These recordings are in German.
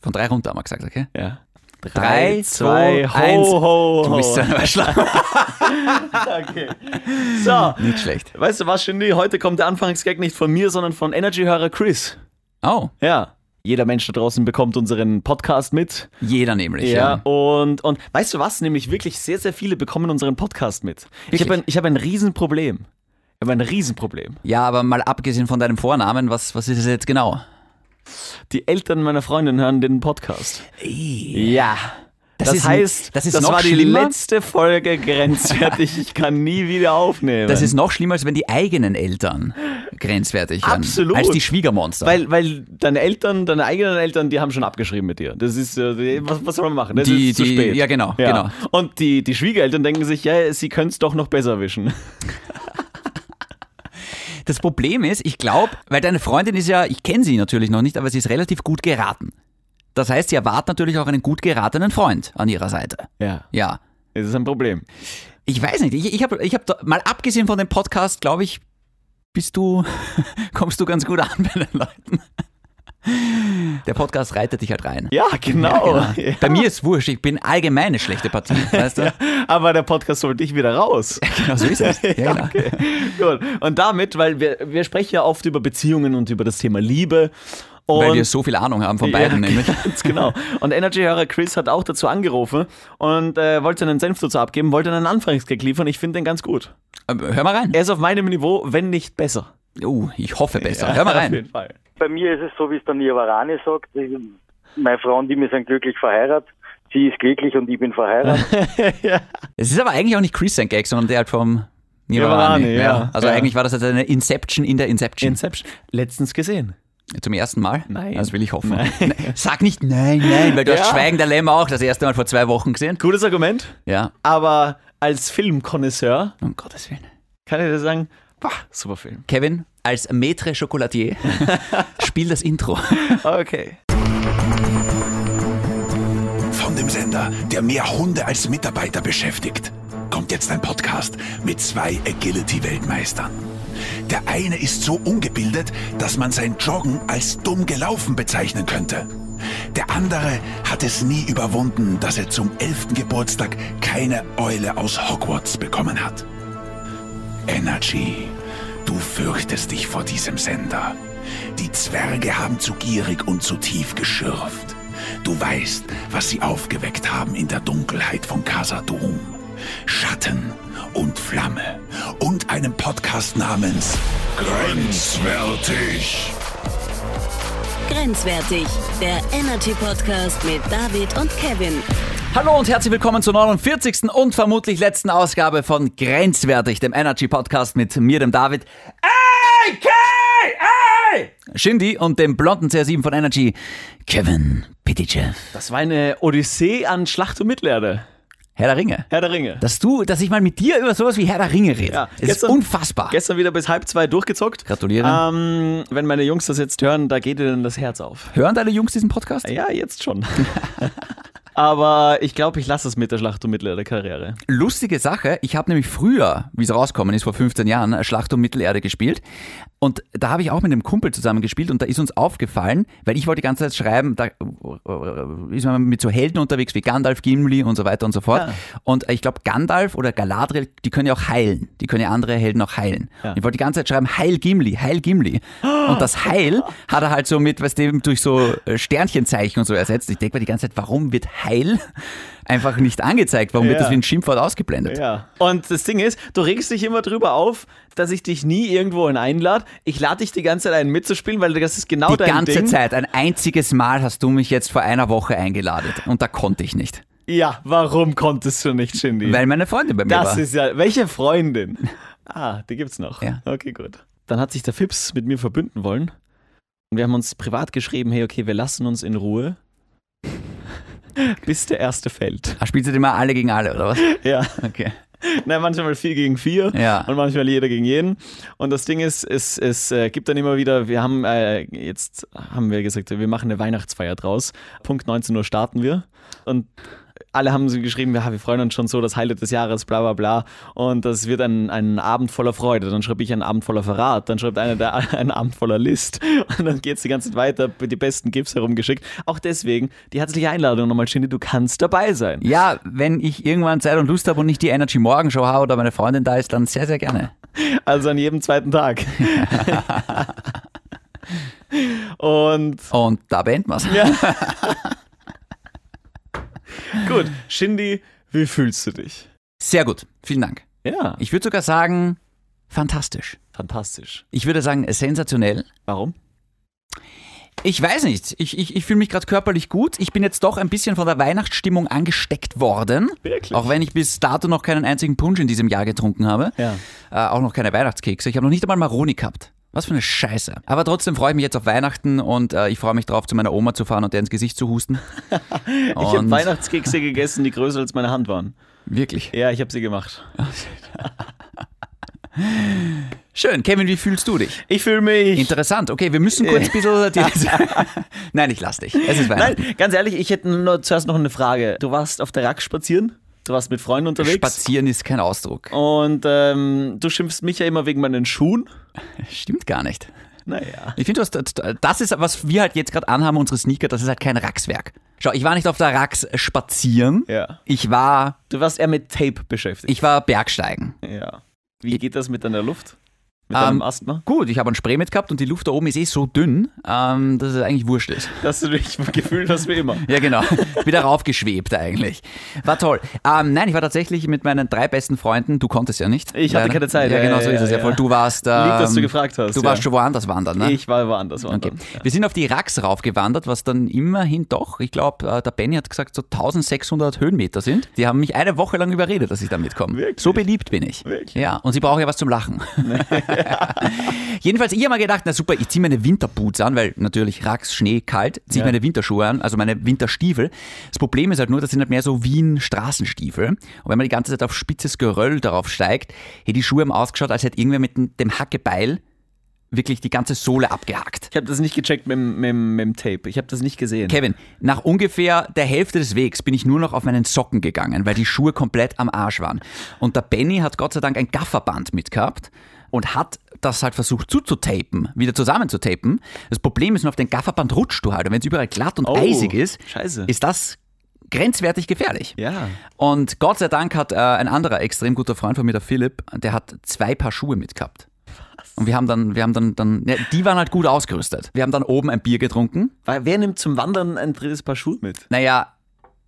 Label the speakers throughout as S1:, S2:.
S1: Von drei runter haben wir gesagt, okay?
S2: Ja.
S1: Drei, zwei, eins.
S2: ho, ho, ho.
S1: Du bist so ein Waschler.
S2: okay. So,
S1: Nicht schlecht.
S2: weißt du was, Shindy? Heute kommt der Anfangsgag nicht von mir, sondern von Energy-Hörer Chris.
S1: Oh,
S2: Ja. Jeder Mensch da draußen bekommt unseren Podcast mit.
S1: jeder nämlich. Ja.
S2: Ja, und, und weißt du was? Nämlich wirklich sehr, sehr viele bekommen unseren Podcast mit. Ich habe ein, ich hab ein Riesenproblem. Ich habe ein Riesenproblem.
S1: Ja, aber mal abgesehen von deinem Vornamen, was, was ist es jetzt genau?
S2: Die Eltern meiner Freundin hören den Podcast. Ja. Das,
S1: ist-
S2: heißt,
S1: das ist noch
S2: war die
S1: schlimmer.
S2: letzte Folge grenzwertig. Ich kann nie wieder aufnehmen.
S1: Das ist noch schlimmer, als wenn die eigenen Eltern grenzwertig wären.
S2: Absolut.
S1: Als die Schwiegermonster.
S2: weil, weil deine Eltern, deine eigenen Eltern, die haben schon abgeschrieben mit dir. Das ist, äh, was, was soll man machen? Das
S1: Die-
S2: ist zu
S1: die-
S2: spät.
S1: ja, genau, genau.
S2: Und die, die Schwiegereltern denken sich, ja, sie können es doch noch besser wischen.
S1: das Problem ist, ich glaube, weil deine Freundin ist ja, ich kenne sie natürlich noch nicht, aber sie ist relativ gut geraten. Das heißt, sie erwartet natürlich auch einen gut geratenen Freund an ihrer Seite.
S2: Ja.
S1: Ja.
S2: Es ist ein Problem.
S1: Ich weiß nicht, ich, ich habe ich hab da, mal abgesehen von dem Podcast, glaube ich, bist du, kommst du ganz gut an bei den Leuten. Der Podcast reitet dich halt rein.
S2: Ja, genau.
S1: Ja, genau. Bei mir ist wurscht, ich bin allgemein eine schlechte Partie, weißt du?
S2: Aber der Podcast holt dich wieder raus.
S1: Genau so ist es. Ja, genau.
S2: Okay, gut. Und damit, weil wir, wir sprechen ja oft über Beziehungen und über das Thema Liebe. Und
S1: Weil wir so viel Ahnung haben von beiden
S2: ja,
S1: nämlich.
S2: Ganz genau. Und Energy-Hörer Chris hat auch dazu angerufen und äh, wollte einen Senf dazu abgeben, wollte einen Anfangsgag liefern. Ich finde den ganz gut.
S1: Ähm, Hör mal rein.
S2: Er ist auf meinem Niveau, wenn nicht besser.
S1: Uh, ich hoffe besser. Hör mal
S2: Auf
S1: rein.
S2: jeden Fall.
S3: Bei mir ist es so, wie es der Nirvarani sagt. ich- Meine Frau und ich, wir sind glücklich verheiratet. Sie ist glücklich und ich bin verheiratet.
S1: Es ist aber eigentlich auch nicht Chris sein Gag, sondern der halt vom Nirvana.
S2: Nirvana, ja.
S1: Also
S2: Ja.
S1: eigentlich war das jetzt eine Inception in der Inception.
S2: Inception. Letztens gesehen.
S1: Zum ersten Mal?
S2: Nein.
S1: Das will ich hoffen. Nein. Sag nicht nein, nein, weil du hast
S2: Ja.
S1: Schweigen der Lämmer auch das erste Mal vor zwei Wochen gesehen.
S2: Gutes Argument,
S1: Ja.
S2: aber als Filmkonnoisseur
S1: Um Gottes Willen.
S2: kann ich dir sagen, bah, super Film.
S1: Kevin, als Maître Chocolatier, spiel das Intro.
S2: Okay.
S4: Von dem Sender, der mehr Hunde als Mitarbeiter beschäftigt, kommt jetzt ein Podcast mit zwei Agility-Weltmeistern. Der eine ist so ungebildet, dass man sein Joggen als dumm gelaufen bezeichnen könnte. Der andere hat es nie überwunden, dass er zum 11. Geburtstag keine Eule aus Hogwarts bekommen hat. Energy, du fürchtest dich vor diesem Sender. Die Zwerge haben zu gierig und zu tief geschürft. Du weißt, was sie aufgeweckt haben in der Dunkelheit von Casadum. Schatten und Flamme und einem Podcast namens Grenzwertig.
S5: Grenzwertig, der Energy Podcast mit David und Kevin.
S1: Hallo und herzlich willkommen zur 49. und vermutlich letzten Ausgabe von Grenzwertig, dem Energy Podcast mit mir, dem David. A.K.A. Shindy und dem blonden CR7 von Energy, Kevin Pitychev.
S2: Das war eine Odyssee an Schlacht um Mittelerde.
S1: Herr der Ringe.
S2: Herr der Ringe.
S1: Dass du, dass ich mal mit dir über sowas wie Herr der Ringe rede.
S2: Ja,
S1: es ist
S2: gestern-
S1: unfassbar.
S2: Gestern wieder bis halb zwei durchgezockt.
S1: Gratuliere.
S2: Ähm, wenn meine Jungs das jetzt hören, da geht ihnen das Herz auf.
S1: Hören deine Jungs diesen Podcast?
S2: Ja, jetzt schon. Aber ich glaube, ich lasse es mit der Schlacht um mittlere Karriere.
S1: Lustige Sache, ich habe nämlich früher, wie es rausgekommen ist, vor 15 Jahren, Schlacht um Mittelerde gespielt. Und da habe ich auch mit einem Kumpel zusammen gespielt und da ist uns aufgefallen, weil ich wollte die ganze Zeit schreiben, da äh, ist man mit so Helden unterwegs wie Gandalf, Gimli und so weiter und so fort. Und äh, ich glaube, Gandalf oder Galadriel, die können ja auch heilen. Die können ja andere Helden auch heilen. Und ich wollte die ganze Zeit schreiben, Heil Gimli, Heil Gimli. Und das Heil hat er halt so mit, was dem durch so äh, Sternchenzeichen und so ersetzt. Ich denke mir die ganze Zeit, warum wird Heil einfach nicht angezeigt? Warum wird
S2: Ja.
S1: das wie ein Schimpfwort ausgeblendet.
S2: Ja. Und das Ding ist, du regst dich immer drüber auf, dass ich dich nie irgendwo einlade. Ich lade dich die ganze Zeit ein, mitzuspielen, weil das ist genau
S1: Die
S2: dein
S1: ganze
S2: Ding.
S1: Zeit, ein einziges Mal hast du mich jetzt vor einer Woche eingeladen und da konnte ich nicht,
S2: Ja, warum konntest du nicht, Shindy?
S1: weil meine Freundin bei mir
S2: das
S1: war.
S2: ist ja. Welche Freundin? Ah, die gibt's noch.
S1: Ja.
S2: Okay, gut. Dann hat sich der Fips mit mir verbünden wollen. Und wir haben uns privat geschrieben: hey, okay, wir lassen uns in Ruhe. Bis der erste fällt.
S1: Ah, spielst du immer alle gegen alle oder was?
S2: Ja.
S1: Okay.
S2: Nein, manchmal vier gegen vier
S1: Ja.
S2: und manchmal jeder gegen jeden. Und das Ding ist, es, es äh, gibt dann immer wieder, wir haben äh, jetzt haben wir gesagt, wir machen eine Weihnachtsfeier draus. Punkt 19 Uhr starten wir. Und alle haben sie geschrieben, ja, wir freuen uns schon so, das Highlight des Jahres, bla bla bla. Und das wird ein, ein Abend voller Freude. Dann schreibe ich einen Abend voller Verrat, dann schreibt einer der einen Abend voller List. Und dann geht es die ganze Zeit weiter, die besten Gifts herumgeschickt. Auch deswegen die herzliche Einladung nochmal, Shindy, du kannst dabei sein.
S1: Ja, wenn ich irgendwann Zeit und Lust habe und nicht die Energy Morgen Show habe oder meine Freundin da ist, dann sehr, sehr gerne.
S2: Also an jedem zweiten Tag. Und
S1: Und da beenden wir
S2: gut, Shindy, wie fühlst du dich?
S1: Sehr gut, vielen Dank.
S2: Ja,
S1: Ich würde sogar sagen, fantastisch.
S2: fantastisch.
S1: Ich würde sagen, sensationell.
S2: Warum?
S1: Ich weiß nicht, ich, ich, ich fühle mich gerade körperlich gut. Ich bin jetzt doch ein bisschen von der Weihnachtsstimmung angesteckt worden.
S2: Wirklich?
S1: Auch wenn ich bis dato noch keinen einzigen Punsch in diesem Jahr getrunken habe.
S2: Ja.
S1: Äh, auch noch keine Weihnachtskekse. Ich habe noch nicht einmal Maroni gehabt. Was für eine Scheiße. Aber trotzdem freue ich mich jetzt auf Weihnachten und äh, ich freue mich drauf, zu meiner Oma zu fahren und der ins Gesicht zu husten.
S2: Ich habe
S1: Und-
S2: Weihnachtskekse gegessen, die größer als meine Hand waren.
S1: Wirklich.
S2: Ja, ich habe sie gemacht.
S1: Schön. Kevin, wie fühlst du dich?
S2: Ich fühle mich.
S1: Interessant. Okay, wir müssen kurz ein bisschen... Die Nein, ich lass dich. Es ist Weihnachten.
S2: Nein, ganz ehrlich, ich hätte nur, zuerst noch eine Frage. Du warst auf der Rack spazieren, du warst mit Freunden unterwegs.
S1: Spazieren ist kein Ausdruck.
S2: Oh. und ähm, du schimpfst mich ja immer wegen meinen Schuhen.
S1: Stimmt gar nicht.
S2: Naja.
S1: Ich finde, du hast- das ist, was wir halt jetzt gerade anhaben, unsere Sneaker, das ist halt kein Rackswerk. Schau, ich war nicht auf der Racks spazieren.
S2: Ja.
S1: Ich war,
S2: Du warst eher mit Tape beschäftigt.
S1: ich war Bergsteigen.
S2: ja. Wie geht das mit deiner Luft? Mit
S1: Ähm,
S2: deinem Asthma?
S1: Gut, ich habe ein Spray mit gehabt und die Luft da oben ist eh so dünn, ähm, dass es eigentlich wurscht ist.
S2: Dass du dich gefühlt hast wie immer.
S1: Ja, genau. Wieder raufgeschwebt eigentlich. War toll. Ähm, nein, ich war tatsächlich mit meinen drei besten Freunden. Du konntest ja nicht.
S2: Ich hatte
S1: Leider.
S2: keine Zeit.
S1: Ja,
S2: Ja,
S1: genau
S2: ja,
S1: so ist
S2: ja,
S1: es ja
S2: ja.
S1: voll. Du warst. Ähm,
S2: dass du gefragt hast,
S1: Du
S2: ja.
S1: warst schon woanders wandern, ne?
S2: Ich war woanders.
S1: Okay.
S2: wandern.
S1: Wir sind auf die Rax raufgewandert, was dann immerhin doch, ich glaube, äh, der Benny hat gesagt, so 1600 Höhenmeter sind. Die haben mich eine Woche lang überredet, dass ich da mitkomme.
S2: Wirklich?
S1: So beliebt bin ich.
S2: Wirklich?
S1: Ja, und sie brauchen ja was zum Lachen. Jedenfalls, ich habe mal gedacht, na super, ich ziehe meine Winterboots an, weil natürlich Rax, Schnee, kalt, ziehe ich
S2: Ja.
S1: meine Winterschuhe an, also meine Winterstiefel. Das Problem ist halt nur, das sind halt mehr so Wien-Straßenstiefel. Und wenn man die ganze Zeit auf spitzes Geröll darauf steigt, hätte die Schuhe haben ausgeschaut, als hätte irgendwer mit dem- dem Hackebeil wirklich die ganze Sohle abgehackt.
S2: Ich habe das nicht gecheckt mit, dem- mit, dem- mit dem Tape. Ich habe das nicht gesehen.
S1: Kevin, nach ungefähr der Hälfte des Wegs bin ich nur noch auf meinen Socken gegangen, weil die Schuhe komplett am Arsch waren. Und der Benny hat Gott sei Dank ein Gafferband mitgehabt und hat das halt versucht zuzutapen, wieder zusammenzutapen. Das Problem ist nur, auf dem Gafferband rutscht du halt. Und wenn es überall glatt und
S2: Oh,
S1: eisig ist,
S2: scheiße.
S1: ist das grenzwertig gefährlich.
S2: Ja.
S1: Und Gott sei Dank hat äh, ein anderer extrem guter Freund von mir, der Philipp, der hat zwei Paar Schuhe mitgehabt. Und wir haben dann, wir haben dann, dann ja, die waren halt gut ausgerüstet. Wir haben dann oben ein Bier getrunken.
S2: Weil wer nimmt zum Wandern ein drittes Paar Schuhe mit?
S1: Naja,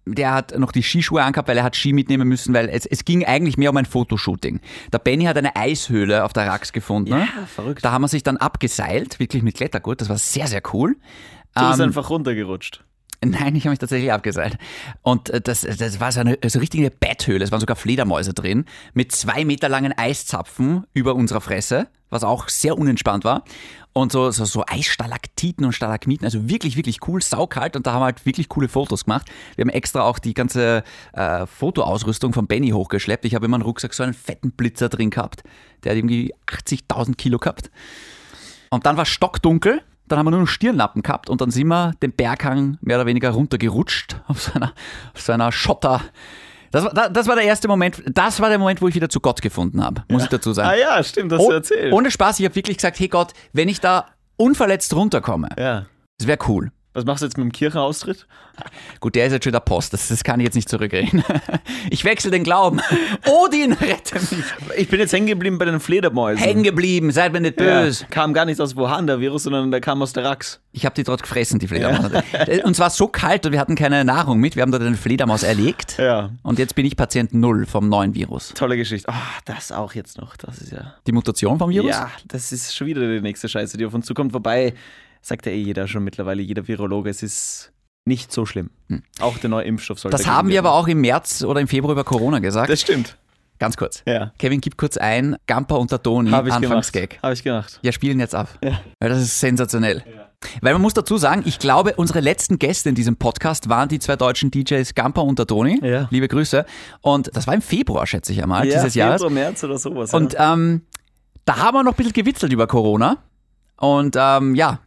S1: der hat noch die Skischuhe angehabt, weil er hat Ski mitnehmen müssen, weil es, es ging eigentlich mehr um ein Fotoshooting. Der Benny hat eine Eishöhle auf der Rax gefunden.
S2: Ja, verrückt.
S1: Da haben wir sich dann abgeseilt, wirklich mit Klettergurt. Das war sehr, sehr cool.
S2: Du bist
S1: Ähm,
S2: einfach runtergerutscht.
S1: Nein, ich habe mich tatsächlich abgeseilt. Und äh, das, das war so eine, so richtige Betthöhle. Es waren sogar Fledermäuse drin mit zwei Meter langen Eiszapfen über unserer Fresse, was auch sehr unentspannt war. Und so, so, so Eissstalaktiten und Stalagmiten, also wirklich, wirklich cool, saukalt. Und da haben wir halt wirklich coole Fotos gemacht. Wir haben extra auch die ganze äh, Fotoausrüstung von Benny hochgeschleppt. Ich habe in meinem Rucksack so einen fetten Blitzer drin gehabt. Der hat irgendwie 80.000 Kilo gehabt. Und dann war stockdunkel. Dann haben wir nur noch Stirnlappen gehabt und dann sind wir den Berghang mehr oder weniger runtergerutscht auf so einer, auf so einer Schotter. Das war, da- das war der erste Moment, das war der Moment, wo ich wieder zu Gott gefunden habe, muss ich dazu sagen.
S2: Ah ja, stimmt, das hast
S1: Oh-
S2: du erzählt.
S1: Ohne Spaß, ich habe wirklich gesagt, hey Gott, wenn ich da unverletzt runterkomme,
S2: ja.
S1: das wäre cool.
S2: Was machst du jetzt mit dem Kirchenaustritt?
S1: Gut, der ist jetzt schon der Post, das, das kann ich jetzt nicht zurückreden. Ich wechsle den Glauben. Odin, rette mich.
S2: Ich bin jetzt hängen geblieben bei den Fledermäusen.
S1: Hängen geblieben, seid mir nicht
S2: Ja.
S1: böse.
S2: Kam gar nicht aus Wuhan, der Virus, sondern der kam aus der Rax.
S1: Ich habe die dort gefressen, die Fledermaus. Und zwar so kalt und wir hatten keine Nahrung mit. Wir haben dort eine Fledermaus erlegt.
S2: Ja.
S1: Und jetzt bin ich Patient Null vom neuen Virus.
S2: Tolle Geschichte. Ah, das auch jetzt noch. Das ist ja.
S1: Die Mutation vom Virus?
S2: Ja, das ist schon wieder die nächste Scheiße, die auf uns zukommt. Wobei, sagt ja eh jeder schon mittlerweile, jeder Virologe, es ist nicht so schlimm. Auch der neue Impfstoff sollte.
S1: Hm. Das haben wir aber auch im März oder im Februar über Corona gesagt.
S2: Das stimmt.
S1: Ganz kurz.
S2: Ja.
S1: Kevin, gib kurz ein. Gamper und der Toni,
S2: Habe ich
S1: Anfangsgag.
S2: gemacht. Habe ich gemacht.
S1: Ja, spielen jetzt ab. Ja. Weil das ist sensationell. Weil man muss dazu sagen, ich glaube, unsere letzten Gäste in diesem Podcast waren die zwei deutschen DJs Gamper und der Toni.
S2: Ja.
S1: Liebe Grüße. Und das war im Februar, schätze ich einmal, dieses Jahres.
S2: Februar, März oder sowas.
S1: Und
S2: ja.
S1: ähm, da haben wir noch ein bisschen gewitzelt über Corona. Und ähm, ja,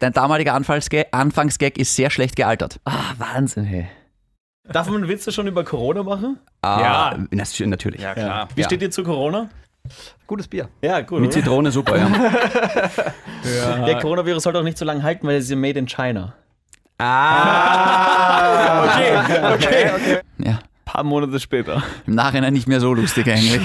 S1: dein damaliger Anfangsgag, Anfangsgag ist sehr schlecht gealtert.
S2: Ah, Wahnsinn, hey. Darf man Witze schon über Corona machen?
S1: Ah,
S6: Ja.
S1: na, s- natürlich.
S6: Ja, klar.
S2: Wie steht ihr zu Corona?
S1: Gutes Bier.
S2: Ja, gut.
S1: Mit
S2: oder?
S1: Zitrone, super, ja.
S2: Der Coronavirus sollte auch nicht so lange halten, weil es ist ja made in China.
S1: Ah.
S6: Okay, okay.
S1: ja.
S2: Ein Ah, paar Monate später.
S1: Im Nachhinein nicht mehr so lustig eigentlich.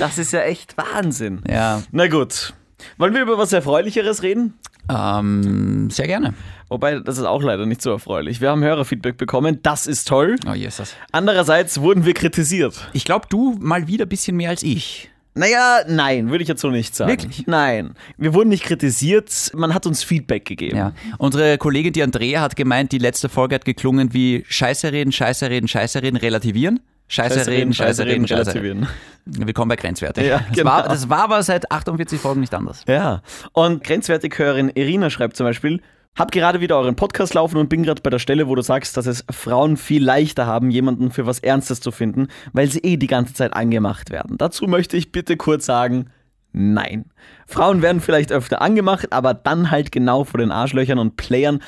S2: Das ist ja echt Wahnsinn.
S1: ja,
S2: Na gut. Wollen wir über was Erfreulicheres reden?
S1: ähm, sehr gerne.
S2: Wobei, das ist auch leider nicht so erfreulich. Wir haben Hörerfeedback bekommen. Das ist toll.
S1: Oh, Jesus.
S2: Andererseits wurden wir kritisiert.
S1: Ich glaube, du mal wieder ein bisschen mehr als ich.
S2: Naja, nein, würde ich jetzt so nicht sagen.
S1: Wirklich?
S2: Nein. Wir wurden nicht kritisiert. Man hat uns Feedback gegeben.
S1: Ja. Unsere Kollegin, die Andrea, hat gemeint, die letzte Folge hat geklungen wie Scheiße reden, Scheiße reden, Scheiße reden, relativieren. Scheiße, reden, Scheiße reden, Scheiße reden.
S2: relativieren.
S1: Willkommen bei Grenzwerte.
S2: Ja,
S1: das,
S2: genau.
S1: war, das war aber seit 48 Folgen nicht anders.
S2: Ja. Und grenzwertig Hörerin Irina schreibt zum Beispiel, hab gerade wieder euren Podcast laufen und bin gerade bei der Stelle, wo du sagst, dass es Frauen viel leichter haben, jemanden für was Ernstes zu finden, weil sie eh die ganze Zeit angemacht werden. Dazu möchte ich bitte kurz sagen, nein. Frauen werden vielleicht öfter angemacht, aber dann halt genau vor den Arschlöchern und Playern,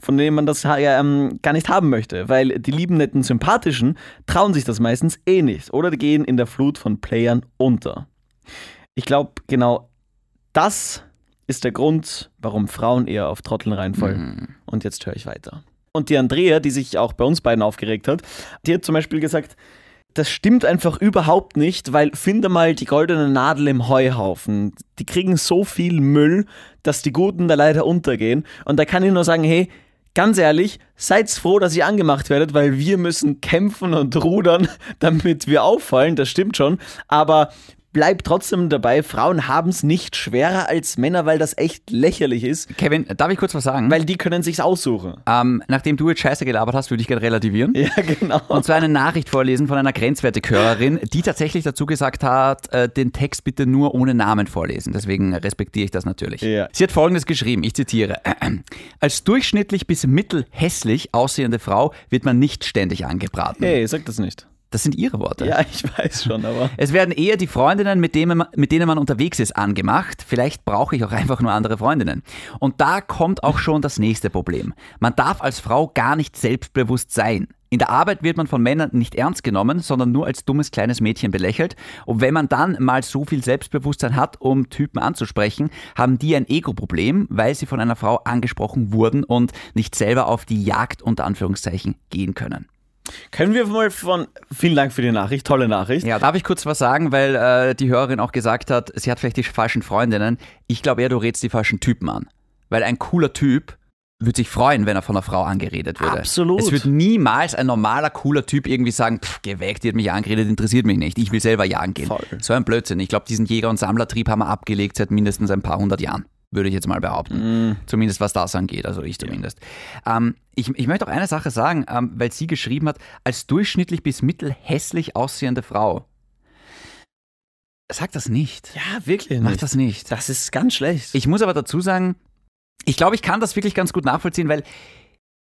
S2: von denen man das ha- ja, ähm, gar nicht haben möchte, weil die lieben, netten, sympathischen trauen sich das meistens eh nicht oder die gehen in der Flut von Playern unter. Ich glaube, genau das ist der Grund, warum Frauen eher auf Trotteln reinfallen. Und jetzt höre ich weiter. Und die Andrea, die sich auch bei uns beiden aufgeregt hat, die hat zum Beispiel gesagt, das stimmt einfach überhaupt nicht, weil finde mal die goldene Nadel im Heuhaufen. Die kriegen so viel Müll, dass die Guten da leider untergehen. Und da kann ich nur sagen, hey, ganz ehrlich, seid froh, dass ihr angemacht werdet, weil wir müssen kämpfen und rudern, damit wir auffallen, das stimmt schon. Aber bleibt trotzdem dabei, Frauen haben es nicht schwerer als Männer, weil das echt lächerlich ist,
S1: Kevin, darf ich kurz was sagen?
S2: weil die können sich's aussuchen.
S1: ähm, nachdem du jetzt Scheiße gelabert hast, würde ich gerne relativieren.
S2: Ja, genau.
S1: Und zwar eine Nachricht vorlesen von einer grenzwertig Hörerin, die tatsächlich dazu gesagt hat, äh, den Text bitte nur ohne Namen vorlesen. Deswegen respektiere ich das natürlich.
S2: Ja.
S1: Sie hat folgendes geschrieben, ich zitiere. Als durchschnittlich bis mittelhässlich aussehende Frau wird man nicht ständig angebraten.
S2: Hey, sag das nicht.
S1: Das sind ihre Worte.
S2: Ja, ich weiß schon, aber.
S1: Es werden eher die Freundinnen, mit denen, man, mit denen man unterwegs ist, angemacht. Vielleicht brauche ich auch einfach nur andere Freundinnen. Und da kommt auch schon das nächste Problem. Man darf als Frau gar nicht selbstbewusst sein. In der Arbeit wird man von Männern nicht ernst genommen, sondern nur als dummes kleines Mädchen belächelt. Und wenn man dann mal so viel Selbstbewusstsein hat, um Typen anzusprechen, haben die ein Ego-Problem, weil sie von einer Frau angesprochen wurden und nicht selber auf die Jagd unter Anführungszeichen gehen können.
S2: Können wir mal von. Vielen Dank für die Nachricht, tolle Nachricht.
S1: Ja, darf ich kurz was sagen, weil äh, die Hörerin auch gesagt hat, sie hat vielleicht die falschen Freundinnen. Ich glaube eher, du redest die falschen Typen an. Weil ein cooler Typ würde sich freuen, wenn er von einer Frau angeredet würde.
S2: Absolut.
S1: Es wird niemals ein normaler, cooler Typ irgendwie sagen, pff, geh weg, die hat mich angeredet, interessiert mich nicht, ich will selber jagen gehen.
S2: Voll.
S1: So ein Blödsinn. Ich glaube, diesen Jäger- und Sammlertrieb haben wir abgelegt seit mindestens ein paar hundert Jahren. Würde ich jetzt mal behaupten.
S2: Mm.
S1: Zumindest was das angeht, also ich zumindest. Ähm, ich, ich möchte auch eine Sache sagen, ähm, weil sie geschrieben hat, als durchschnittlich bis mittelhässlich aussehende Frau. Sag das nicht.
S2: Ja, wirklich
S1: Mach das nicht.
S2: Das ist ganz schlecht.
S1: Ich muss aber dazu sagen, ich glaube, ich kann das wirklich ganz gut nachvollziehen, weil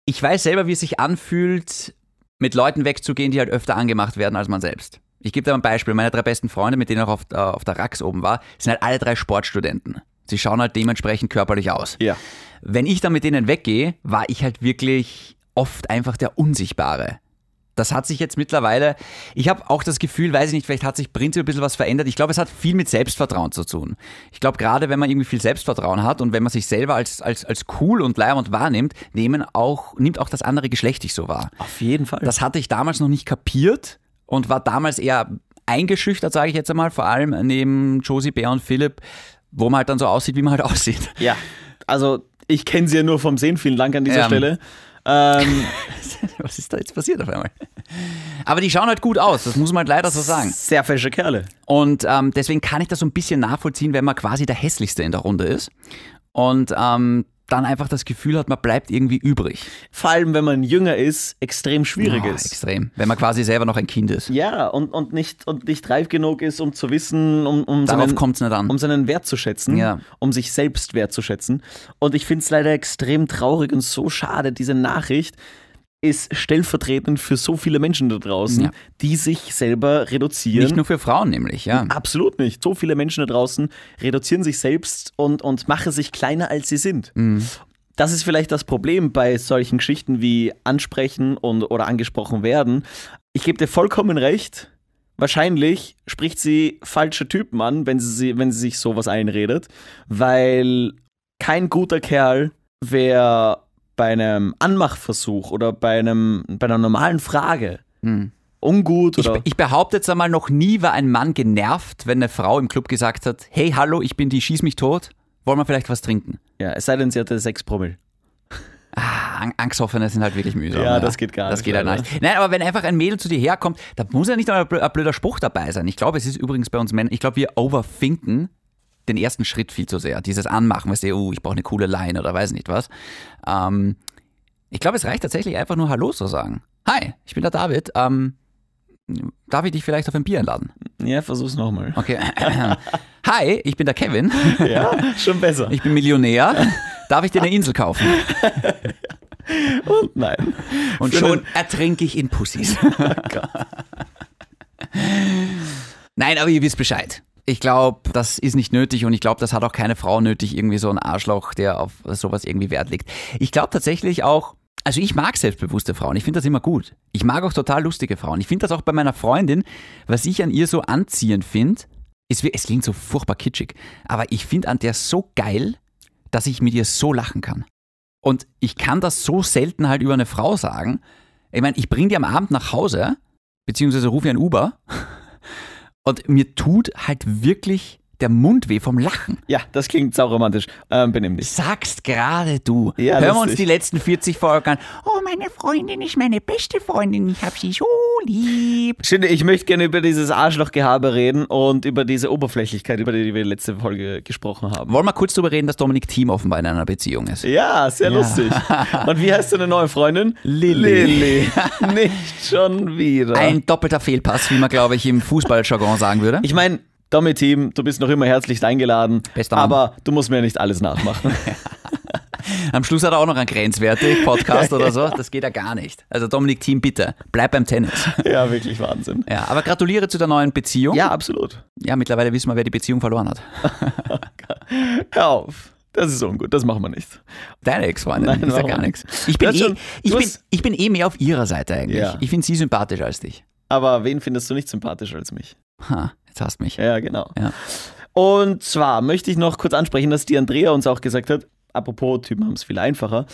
S1: ich weiß selber, wie es sich anfühlt, mit Leuten wegzugehen, die halt öfter angemacht werden als man selbst. Ich gebe dir mal ein Beispiel. Meine drei besten Freunde, mit denen ich auch auf, äh, auf der Rax oben war, sind halt alle drei Sportstudenten. Sie schauen halt dementsprechend körperlich aus.
S2: ja.
S1: Wenn ich dann mit denen weggehe, war ich halt wirklich oft einfach der Unsichtbare. Das hat sich jetzt mittlerweile, ich habe auch das Gefühl, weiß ich nicht, vielleicht hat sich prinzipiell ein bisschen was verändert. Ich glaube, es hat viel mit Selbstvertrauen zu tun. Ich glaube, gerade wenn man irgendwie viel Selbstvertrauen hat und wenn man sich selber als, als, als cool und leibend wahrnimmt, nehmen auch, nimmt auch das andere Geschlecht dich so wahr.
S2: Auf jeden Fall.
S1: Das hatte ich damals noch nicht kapiert und war damals eher eingeschüchtert, sage ich jetzt einmal, vor allem neben Josie, Bär und Philipp, wo man halt dann so aussieht, wie man halt aussieht.
S2: ja. Also, ich kenne sie ja nur vom Sehen. Vielen Dank an dieser
S1: Ähm.
S2: Stelle. Ähm,
S1: Was ist da jetzt passiert auf einmal? Aber die schauen halt gut aus, das muss man halt leider so sagen.
S2: sehr fesche Kerle.
S1: Und ähm, deswegen kann ich das so ein bisschen nachvollziehen, wenn man quasi der hässlichste in der Runde ist und ähm, dann einfach das Gefühl hat, man bleibt irgendwie übrig.
S2: Vor allem, wenn man jünger ist, extrem schwierig
S1: Ah,
S2: ist.
S1: extrem. Wenn man quasi selber noch ein Kind ist.
S2: Ja, und, und, nicht, und nicht reif genug ist, um zu wissen, um, um,
S1: Darauf
S2: seinen,
S1: kommt es nicht an.
S2: um seinen Wert zu schätzen,
S1: Mhm. Ja.
S2: um sich selbst wertzuschätzen. Und ich finde es leider extrem traurig und so schade. Diese Nachricht ist stellvertretend für so viele Menschen da draußen,
S1: Ja.
S2: die sich selber reduzieren.
S1: Nicht nur für Frauen nämlich, ja.
S2: Absolut nicht. So
S1: Mhm.
S2: viele Menschen da draußen reduzieren sich selbst und, und machen sich kleiner, als sie sind. das ist vielleicht das Problem bei solchen Geschichten wie ansprechen und oder angesprochen werden. Ich gebe dir vollkommen recht. Wahrscheinlich spricht sie falsche Typen an, wenn sie, wenn sie sich sowas einredet, weil kein guter Kerl wäre bei einem Anmachversuch oder bei, einem, bei einer normalen Frage ungut
S1: Hm. Ich,
S2: oder
S1: ich behaupte jetzt einmal, noch nie war ein Mann genervt, wenn eine Frau im Club gesagt hat, hey, hallo, ich bin die, schieß mich tot, wollen wir vielleicht was trinken?
S2: Ja, es sei denn, sie hatte sechs Promille.
S1: Ang Angstoffene sind halt wirklich mühsam.
S2: Ja, das geht gar
S1: Das
S2: nicht,
S1: geht halt
S2: leider.
S1: nicht. Nein, aber wenn einfach ein Mädel zu dir herkommt, da muss ja nicht mal ein blö- ein blöder Spruch dabei sein. Ich glaube, es ist übrigens bei uns Männern, ich glaube, wir overthinken den ersten Schritt viel zu sehr. Dieses Anmachen, weißt du, oh, ich brauche eine coole Line oder weiß nicht was. Ähm, ich glaube, es reicht tatsächlich einfach nur Hallo zu sagen. Hi, ich bin der David. Ähm, darf ich dich vielleicht auf ein Bier einladen?
S2: Ja, versuch's nochmal.
S1: Okay. Hi, ich bin der Kevin.
S2: Ja, schon besser.
S1: Ich bin Millionär. Darf ich dir eine Insel kaufen?
S2: Und nein.
S1: Und
S2: Für
S1: schon Oh ertrinke ich in Pussys. Nein, aber ihr wisst Bescheid. Ich glaube, das ist nicht nötig und ich glaube, das hat auch keine Frau nötig, irgendwie so ein Arschloch, der auf sowas irgendwie Wert legt. Ich glaube tatsächlich auch, also ich mag selbstbewusste Frauen, ich finde das immer gut. Ich mag auch total lustige Frauen. Ich finde das auch bei meiner Freundin, was ich an ihr so anziehend finde, ist, wie- es klingt so furchtbar kitschig, aber ich finde an der so geil, dass ich mit ihr so lachen kann. Und ich kann das so selten halt über eine Frau sagen. Ich meine, ich bringe die am Abend nach Hause, beziehungsweise rufe ihr ein Uber. Und mir tut halt wirklich der Mund weh vom Lachen.
S2: Ja, das klingt sauromantisch. Ähm, benimm dich.
S1: Sagst gerade du.
S2: Ja,
S1: Hören wir
S2: lustig.
S1: uns die letzten 40 Folgen an. Oh, meine Freundin ist meine beste Freundin. Ich habe sie so lieb.
S2: Schinde, ich möchte gerne über dieses Arschlochgehabe reden und über diese Oberflächlichkeit, über die wir letzte Folge gesprochen haben.
S1: Wollen wir kurz darüber reden, dass Dominik Thiem offenbar in einer Beziehung ist?
S2: Ja, sehr lustig. Und wie heißt deine neue Freundin?
S1: Lilly.
S2: Lilly. Nicht schon wieder.
S1: Ein doppelter Fehlpass, wie man, glaube ich, im Fußballjargon sagen würde.
S2: ich meine, Tommy Team, du bist noch immer herzlichst eingeladen,
S1: Bester Mann.
S2: aber du musst mir nicht alles nachmachen.
S1: Am Schluss hat er auch noch einen Grenzwerte-Podcast oder so. Das geht ja gar nicht. Also Dominik Thiem, bitte, bleib beim Tennis.
S2: ja, wirklich Wahnsinn.
S1: Ja, aber gratuliere zu der neuen Beziehung.
S2: Ja, absolut.
S1: Ja, mittlerweile wissen wir, wer die Beziehung verloren hat.
S2: Hör auf. Das ist ungut, das machen wir nicht.
S1: Deine Ex-Freundin.
S2: Nein,
S1: ist ja
S2: warum?
S1: gar nichts. Ich bin,
S2: Das
S1: eh,
S2: schon-
S1: ich,
S2: du
S1: bin,
S2: hast-
S1: ich bin eh mehr auf ihrer Seite eigentlich.
S2: Ja.
S1: Ich finde sie sympathischer als dich.
S2: Aber wen findest du nicht sympathischer als mich?
S1: Ha, jetzt hast mich.
S2: Ja, genau.
S1: Ja.
S2: Und zwar möchte ich noch kurz ansprechen, dass die Andrea uns auch gesagt hat, apropos, Typen haben es viel einfacher.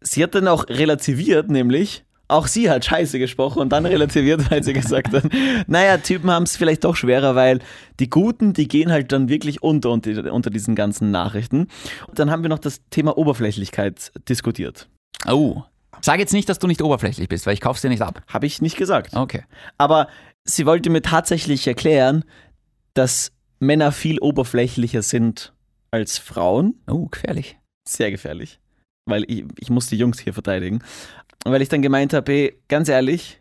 S2: Sie hat dann auch relativiert, nämlich, auch sie hat scheiße gesprochen und dann relativiert, weil sie gesagt hat, naja, Typen haben es vielleicht doch schwerer, weil die Guten, die gehen halt dann wirklich unter, unter, unter diesen ganzen Nachrichten. Und dann haben wir noch das Thema Oberflächlichkeit diskutiert.
S1: Oh. Sag jetzt nicht, dass du nicht oberflächlich bist, weil ich kauf's dir nicht ab.
S2: Habe ich nicht gesagt.
S1: Okay.
S2: Aber sie wollte mir tatsächlich erklären, dass Männer viel oberflächlicher sind als Frauen.
S1: Oh, gefährlich.
S2: Sehr gefährlich. Weil ich, ich muss die Jungs hier verteidigen. Weil ich dann gemeint habe, ey, ganz ehrlich,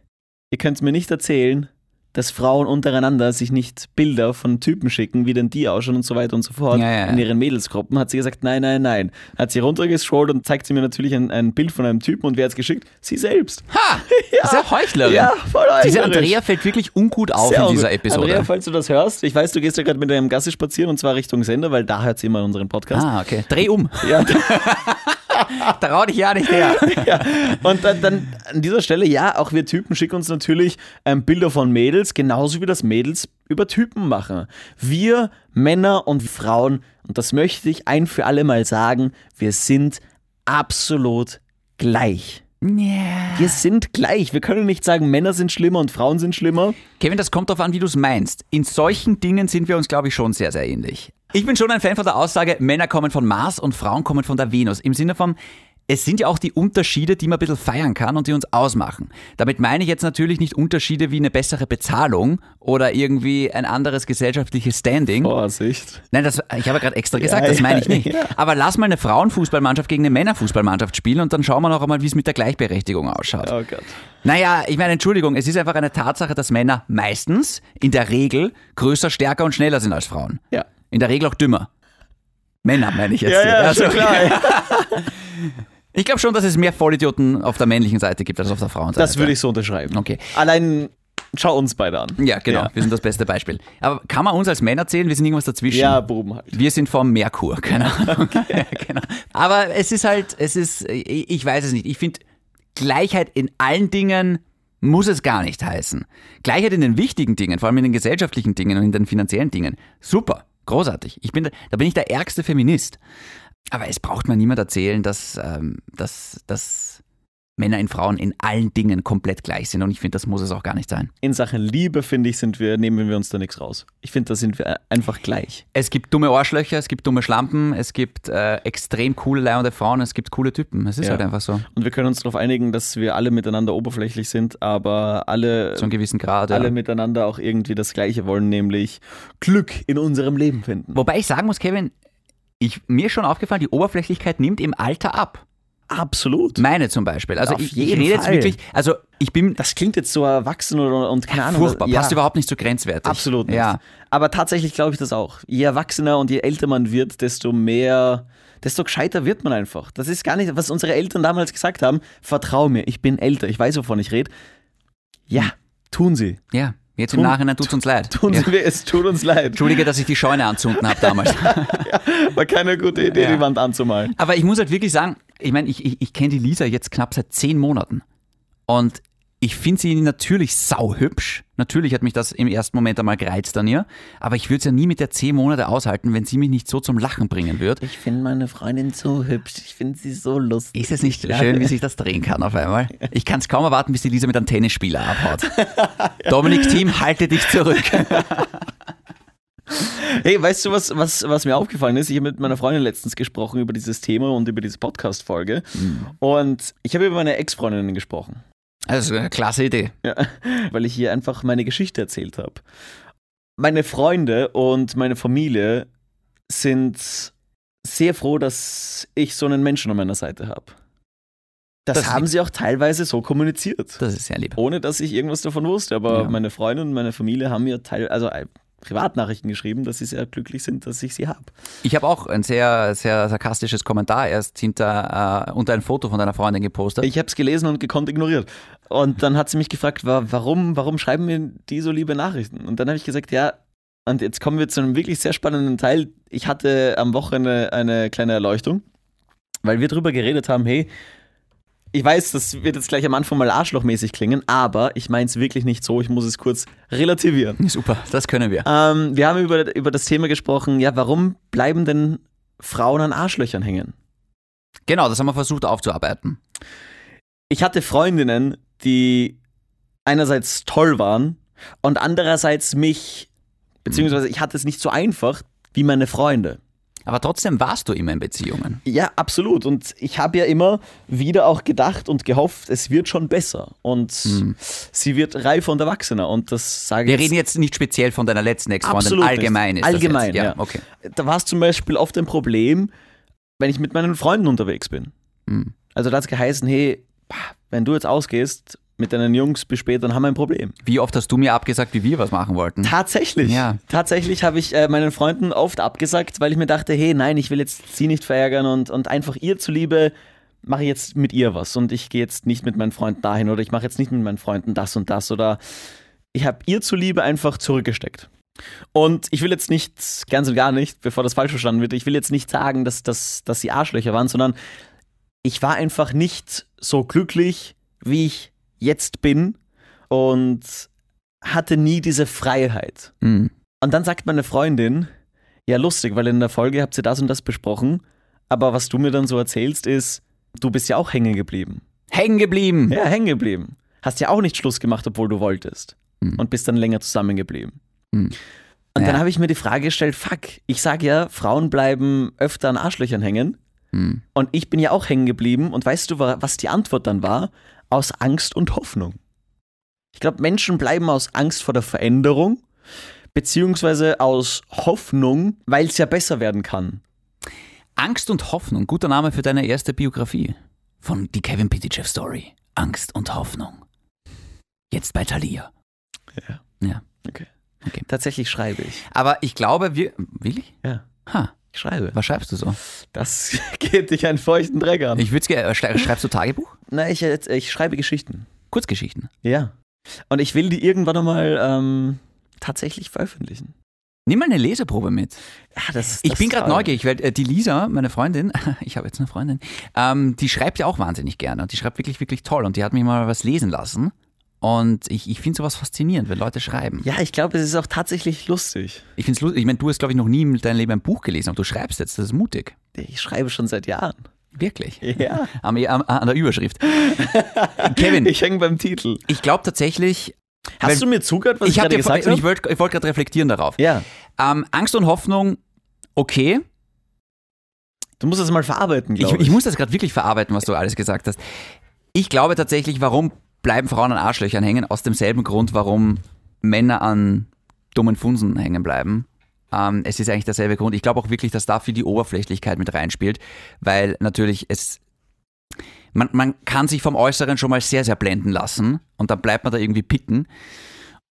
S2: ihr könnt mir nicht erzählen, dass Frauen untereinander sich nicht Bilder von Typen schicken, wie denn die ausschauen und so weiter und so fort
S1: Ja, ja, ja.
S2: in ihren Mädelsgruppen. Hat sie gesagt, nein, nein, nein. Hat sie runtergescrollt und zeigt sie mir natürlich ein, ein Bild von einem Typen und wer hat's geschickt? Sie selbst.
S1: Ha! Ah, Das ist ja Heuchlerin.
S2: Ja, voll
S1: Diese
S2: heuchlerisch.
S1: Andrea fällt wirklich ungut auf
S2: Sehr
S1: in dieser
S2: ungut.
S1: Episode.
S2: Andrea, falls du das hörst, ich weiß, du gehst ja gerade mit deinem Gassi spazieren und zwar Richtung Sender, weil da hört sie immer unseren Podcast.
S1: ah, okay. Dreh um.
S2: Ja,
S1: Da rau dich ja nicht her.
S2: ja. Und dann, dann an dieser Stelle, ja, auch wir Typen schicken uns natürlich ähm, Bilder von Mädels, genauso wie das Mädels über Typen machen. Wir Männer und Frauen, und das möchte ich ein für alle Mal sagen, wir sind absolut gleich. Wir sind gleich. Wir können nicht sagen, Männer sind schlimmer und Frauen sind schlimmer.
S1: Kevin, das kommt darauf an, wie du es meinst. In solchen Dingen sind wir uns, glaube ich, schon sehr, sehr ähnlich. Ich bin schon ein Fan von der Aussage, Männer kommen von Mars und Frauen kommen von der Venus. Im Sinne von, es sind ja auch die Unterschiede, die man ein bisschen feiern kann und die uns ausmachen. Damit meine ich jetzt natürlich nicht Unterschiede wie eine bessere Bezahlung oder irgendwie ein anderes gesellschaftliches Standing.
S2: Vorsicht.
S1: Nein, das, ich habe ja gerade extra gesagt, das
S2: Oh. ja,
S1: meine ich nicht.
S2: ja.
S1: Aber lass mal eine Frauenfußballmannschaft gegen eine Männerfußballmannschaft spielen und dann schauen wir noch einmal, wie es mit der Gleichberechtigung ausschaut.
S2: Oh Gott.
S1: Naja, ich meine, Entschuldigung, es ist einfach eine Tatsache, dass Männer meistens, in der Regel, größer, stärker und schneller sind als Frauen.
S2: Ja.
S1: In der Regel auch dümmer. Männer meine ich jetzt.
S2: Ja,
S1: hier.
S2: ja,
S1: Also,
S2: schon klar. Ja.
S1: Ich glaube schon, dass es mehr Vollidioten auf der männlichen Seite gibt als auf der Frauenseite.
S2: Das würde ich so unterschreiben.
S1: Okay.
S2: Allein Schau uns beide an.
S1: Ja, genau. Wir sind das beste Beispiel. Aber kann man uns als Männer zählen? Wir sind irgendwas dazwischen.
S2: Ja, Buben halt.
S1: Wir sind vom Merkur, keine Ahnung. genau. Aber es ist halt, es ist, ich ich weiß es nicht. Ich finde, Gleichheit in allen Dingen muss es gar nicht heißen. Gleichheit in den wichtigen Dingen, vor allem in den gesellschaftlichen Dingen und in den finanziellen Dingen. Super, großartig. Ich bin, da- da bin ich der ärgste Feminist. Aber es braucht mir niemand erzählen, dass, ähm, dass, dass Männer in Frauen in allen Dingen komplett gleich sind. Und ich finde, das muss es auch gar nicht sein.
S2: In Sachen Liebe, finde ich, sind wir, nehmen wir uns da nichts raus. Ich finde, da sind wir einfach gleich.
S1: Es gibt dumme Arschlöcher, es gibt dumme Schlampen, es gibt äh, extrem coole leihende Frauen, es gibt coole Typen. Es ist
S2: Ja.
S1: halt einfach so,
S2: Und wir können uns darauf einigen, dass wir alle miteinander oberflächlich sind, aber alle,
S1: zu einem gewissen Grad.
S2: Äh, alle
S1: Ja.
S2: miteinander auch irgendwie das Gleiche wollen, nämlich Glück in unserem Leben finden.
S1: Wobei ich sagen muss, Kevin, ich, mir ist schon aufgefallen, die Oberflächlichkeit nimmt im Alter ab.
S2: Absolut.
S1: Meine zum Beispiel. Also
S2: Auf
S1: ich, ich
S2: jeden
S1: rede jetzt
S2: Fall.
S1: wirklich, also ich bin
S2: Das klingt jetzt so erwachsen und, und keine Ahnung. also
S1: furchtbar,
S2: ja.
S1: passt überhaupt nicht zu grenzwertig.
S2: Absolut nicht.
S1: Ja.
S2: Aber tatsächlich glaube ich das auch. Je erwachsener und je älter man wird, desto mehr, desto gescheiter wird man einfach. Das ist gar nicht, was unsere Eltern damals gesagt haben. Vertrau mir, ich bin älter, ich weiß, wovon ich rede. Ja, tun sie.
S1: ja, jetzt im
S2: Tun-
S1: Nachhinein tut's uns leid.
S2: Tun
S1: ja.
S2: sie, weh, es tut uns leid.
S1: Entschuldige, dass ich die Scheune anzünden habe damals.
S2: War keine gute Idee,
S1: Ja.
S2: die Wand anzumalen.
S1: Aber ich muss halt wirklich sagen, ich meine, ich, ich, ich kenne die Lisa jetzt knapp seit zehn Monaten. Und ich finde sie natürlich sauhübsch. Natürlich hat mich das im ersten Moment einmal gereizt an ihr. Aber ich würde es ja nie mit der zehn Monate aushalten, wenn sie mich nicht so zum Lachen bringen würde.
S2: Ich finde meine Freundin so hübsch. Ich finde sie so lustig.
S1: Ist es nicht schön, wie sich das drehen kann auf einmal? Ich kann es kaum erwarten, bis die Lisa mit einem Tennisspieler abhaut. Dominik Thiem, halte dich zurück.
S2: Hey, weißt du, was, was, was mir aufgefallen ist? Ich habe mit meiner Freundin letztens gesprochen über dieses Thema und über diese Podcast-Folge. Und ich habe über meine Ex-Freundinnen gesprochen.
S1: Also, eine klasse Idee.
S2: Ja, weil ich hier einfach meine Geschichte erzählt habe. Meine Freunde und meine Familie sind sehr froh, dass ich so einen Menschen an meiner Seite habe. Das,
S1: Das
S2: haben
S1: lieb.
S2: sie auch teilweise so kommuniziert,
S1: Das ist sehr lieb.
S2: ohne dass ich irgendwas davon wusste. Aber
S1: Ja.
S2: meine Freunde und meine Familie haben mir teil, also äh, Privatnachrichten geschrieben, dass sie sehr glücklich sind, dass ich sie habe.
S1: Ich habe auch ein sehr, sehr sarkastisches Kommentar erst hinter, äh, unter ein Foto von deiner Freundin gepostet.
S2: Äh, Ich habe es gelesen und gekonnt ignoriert. Und dann hat sie mich gefragt, wa- warum, warum schreiben mir die so liebe Nachrichten? Und dann habe ich gesagt, ja, und jetzt kommen wir zu einem wirklich sehr spannenden Teil. Ich hatte am Wochenende eine kleine Erleuchtung, weil wir drüber geredet haben, hey, ich weiß, das wird jetzt gleich am Anfang mal arschlochmäßig klingen, aber ich meine es wirklich nicht so, ich muss es kurz relativieren.
S1: Super, das können wir.
S2: Ähm, wir haben über, über das Thema gesprochen, ja, warum bleiben denn Frauen an Arschlöchern hängen?
S1: Genau, das haben wir versucht aufzuarbeiten.
S2: ich hatte Freundinnen, die einerseits toll waren und andererseits mich, beziehungsweise ich hatte es nicht so einfach wie meine Freunde.
S1: Aber trotzdem warst du immer in Beziehungen.
S2: Ja, absolut. Und ich habe ja immer wieder auch gedacht und gehofft, es wird schon besser. Und sie wird reifer und erwachsener. Und das sage
S1: Hm. Wir
S2: ich
S1: reden jetzt nicht speziell von deiner letzten Ex-Freundin.
S2: Absolut
S1: Allgemein
S2: nicht.
S1: ist
S2: Allgemein,
S1: das jetzt.
S2: ja.
S1: okay.
S2: da war es zum Beispiel oft ein Problem, wenn ich mit meinen Freunden unterwegs bin.
S1: Hm.
S2: Also da hat es geheißen, hey, wenn du jetzt ausgehst mit deinen Jungs bis später, dann haben wir ein Problem.
S1: Wie oft hast du mir abgesagt, wie wir was machen wollten?
S2: Tatsächlich.
S1: Ja.
S2: Tatsächlich habe ich äh, meinen Freunden oft abgesagt, weil ich mir dachte, hey, nein, ich will jetzt sie nicht verärgern und, und einfach ihr zuliebe mache ich jetzt mit ihr was und ich gehe jetzt nicht mit meinen Freunden dahin oder ich mache jetzt nicht mit meinen Freunden das und das oder ich habe ihr zuliebe einfach zurückgesteckt. Und ich will jetzt nicht, ganz und gar nicht, bevor das falsch verstanden wird, ich will jetzt nicht sagen, dass, dass, dass sie Arschlöcher waren, sondern ich war einfach nicht so glücklich, wie ich jetzt bin und hatte nie diese Freiheit.
S1: Mhm.
S2: Und dann sagt meine Freundin, ja lustig, weil in der Folge habt ihr das und das besprochen, aber was du mir dann so erzählst ist, du bist ja auch hängen geblieben.
S1: Hängen geblieben.
S2: Ja, hängen geblieben. Hast ja auch nicht Schluss gemacht, obwohl du wolltest.
S1: Mhm.
S2: Und bist dann länger zusammengeblieben.
S1: Mhm.
S2: Und
S1: Ja.
S2: dann habe ich mir die Frage gestellt, fuck, ich sage ja, Frauen bleiben öfter an Arschlöchern hängen.
S1: Mhm.
S2: Und ich bin ja auch hängen geblieben. Und weißt du, wa- was die Antwort dann war? Aus Angst und Hoffnung. Ich glaube, Menschen bleiben aus Angst vor der Veränderung, beziehungsweise aus Hoffnung, weil es ja besser werden kann.
S1: Angst und Hoffnung. Guter Name für deine erste Biografie. Von die Kevin Pitychev Story. Angst und Hoffnung. Jetzt bei Thalia.
S2: Ja.
S1: Ja.
S2: Okay.
S1: Okay.
S2: Tatsächlich schreibe ich.
S1: Aber ich glaube, wir. Will ich?
S2: Ja,
S1: Ha,
S2: ich schreibe.
S1: was schreibst du so?
S2: Ähm. Das geht dich einen feuchten Dreck an.
S1: Ich würde Schreibst du Tagebuch?
S2: Na, ich, ich äh, schreibe Geschichten.
S1: Kurzgeschichten.
S2: Ja. Und ich will die irgendwann einmal ähm, tatsächlich veröffentlichen.
S1: Nimm mal eine Leseprobe mit.
S2: Ja, das,
S1: Ich
S2: das
S1: bin gerade
S2: war-
S1: neugierig, weil äh, die Lisa, meine Freundin, ich habe jetzt eine Freundin, ähm, die schreibt ja auch wahnsinnig gerne und die schreibt wirklich, wirklich toll und die hat mich mal was lesen lassen und ich, ich finde sowas faszinierend, wenn Leute schreiben.
S2: Ja, ich glaube, es ist auch tatsächlich lustig.
S1: Ich finde es lustig, ich meine, du hast glaube ich noch nie in deinem Leben ein Buch gelesen, aber du schreibst jetzt, das ist mutig.
S2: Ich schreibe schon seit Jahren.
S1: Wirklich.
S2: Ja.
S1: Am, E, am, an der Überschrift. Kevin, ich,
S2: Ich hänge beim Titel.
S1: glaube tatsächlich, weil-
S2: Hast du mir zugehört, was ich,
S1: ich, hab
S2: gerade
S1: dir vor-
S2: gesagt
S1: ich
S2: habe?
S1: wollte ich wollt gerade reflektieren darauf.
S2: Ja.
S1: Ähm, Angst und Hoffnung, okay.
S2: Du musst das mal verarbeiten,
S1: Ich,
S2: glaube ich.
S1: ich muss das gerade wirklich verarbeiten, was du alles gesagt hast. Ich glaube tatsächlich, warum bleiben Frauen an Arschlöchern hängen? Aus demselben Grund, warum Männer an dummen Funsen hängen bleiben. Ähm, es ist eigentlich derselbe Grund. Ich glaube auch wirklich, dass da viel die Oberflächlichkeit mit reinspielt, weil natürlich es. Man, man kann sich vom Äußeren schon mal sehr, sehr blenden lassen und dann bleibt man da irgendwie picken.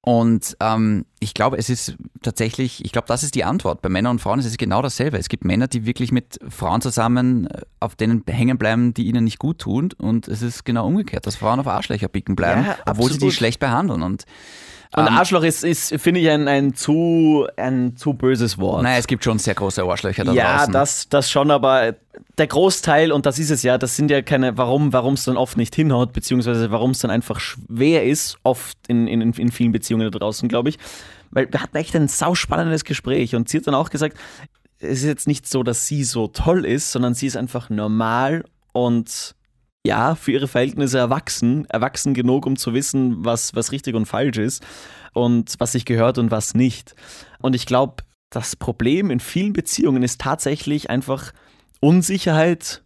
S1: Und ähm, ich glaube, es ist tatsächlich, ich glaube, das ist die Antwort. Bei Männern und Frauen ist es genau dasselbe. Es gibt Männer, die wirklich mit Frauen zusammen äh, auf denen hängen bleiben, die ihnen nicht gut tun. Und es ist genau umgekehrt, dass Frauen auf Arschlöcher picken bleiben,
S2: Ja,
S1: obwohl sie die
S2: absolut.
S1: schlecht behandeln. Und
S2: Und Arschloch ist, ist finde ich, ein, ein, zu, ein zu böses Wort.
S1: naja, es gibt schon sehr große Arschlöcher da
S2: ja,
S1: draußen.
S2: das, das schon, aber der Großteil, und das ist es ja, das sind ja keine, warum warum es dann oft nicht hinhaut, beziehungsweise warum es dann einfach schwer ist, oft in, in, in- in vielen Beziehungen da draußen, glaube ich. Weil wir hatten echt ein sauspannendes Gespräch und sie hat dann auch gesagt, es ist jetzt nicht so, dass sie so toll ist, sondern sie ist einfach normal und ja, für ihre Verhältnisse erwachsen, erwachsen genug, um zu wissen, was, was richtig und falsch ist und was sich gehört und was nicht. Und ich glaube, das Problem in vielen Beziehungen ist tatsächlich einfach Unsicherheit.